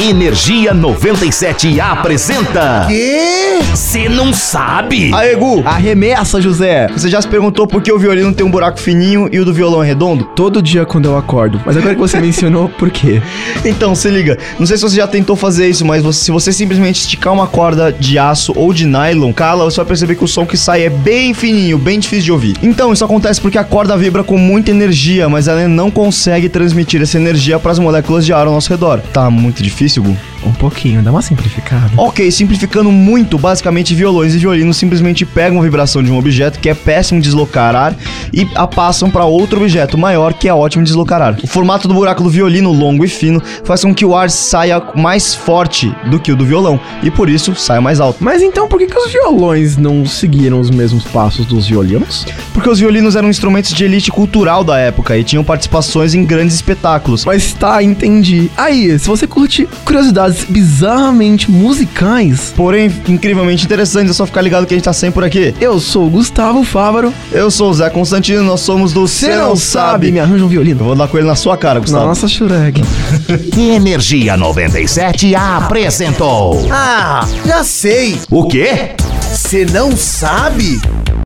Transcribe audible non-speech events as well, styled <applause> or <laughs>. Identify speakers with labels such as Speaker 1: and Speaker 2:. Speaker 1: Energia 97 apresenta.
Speaker 2: Quê?
Speaker 1: Você não sabe?
Speaker 2: Aê, Gu! Arremessa, José! Você já se perguntou por que o violino tem um buraco fininho e o do violão é redondo?
Speaker 3: Todo dia quando eu acordo. Mas agora que você mencionou, por quê?
Speaker 2: <laughs> Então, se liga. Não sei se você já tentou fazer isso, mas você- se você simplesmente esticar uma corda de aço ou de nylon, cala, você vai perceber que o som que sai é bem fininho, bem difícil de ouvir. Então, isso acontece porque a corda vibra com muita energia, mas ela não consegue transmitir essa energia para as moléculas de ar ao nosso redor. Tá muito difícil, Gu?
Speaker 3: Um pouquinho, dá uma simplificada.
Speaker 2: Ok, simplificando muito, basicamente violões e violinos simplesmente pegam a vibração de um objeto que é péssimo em deslocar ar e a passam para outro objeto maior que é ótimo em deslocar ar. O formato do buraco do violino, longo e fino, faz com que o ar saia mais forte do que o do violão e por isso saia mais alto.
Speaker 3: Mas então por que, que os violões não seguiram os mesmos passos dos violinos?
Speaker 2: Porque os violinos eram instrumentos de elite cultural da época e tinham participações em grandes espetáculos.
Speaker 3: Mas tá, entendi. Aí, se você curte curiosidades bizarramente musicais,
Speaker 2: Porém, incrivelmente interessante, é só ficar ligado que a gente tá sempre por aqui.
Speaker 3: eu sou o Gustavo Fávaro.
Speaker 2: Eu sou o Zé Constantino, nós somos do Cê Não Sabe.
Speaker 3: me arranja um
Speaker 2: Eu
Speaker 3: violino.
Speaker 2: vou dar com ele na sua cara, Gustavo.
Speaker 3: Nossa, Shureg.
Speaker 1: Energia 97 apresentou.
Speaker 4: Ah, já sei.
Speaker 1: O quê?
Speaker 4: Você não sabe?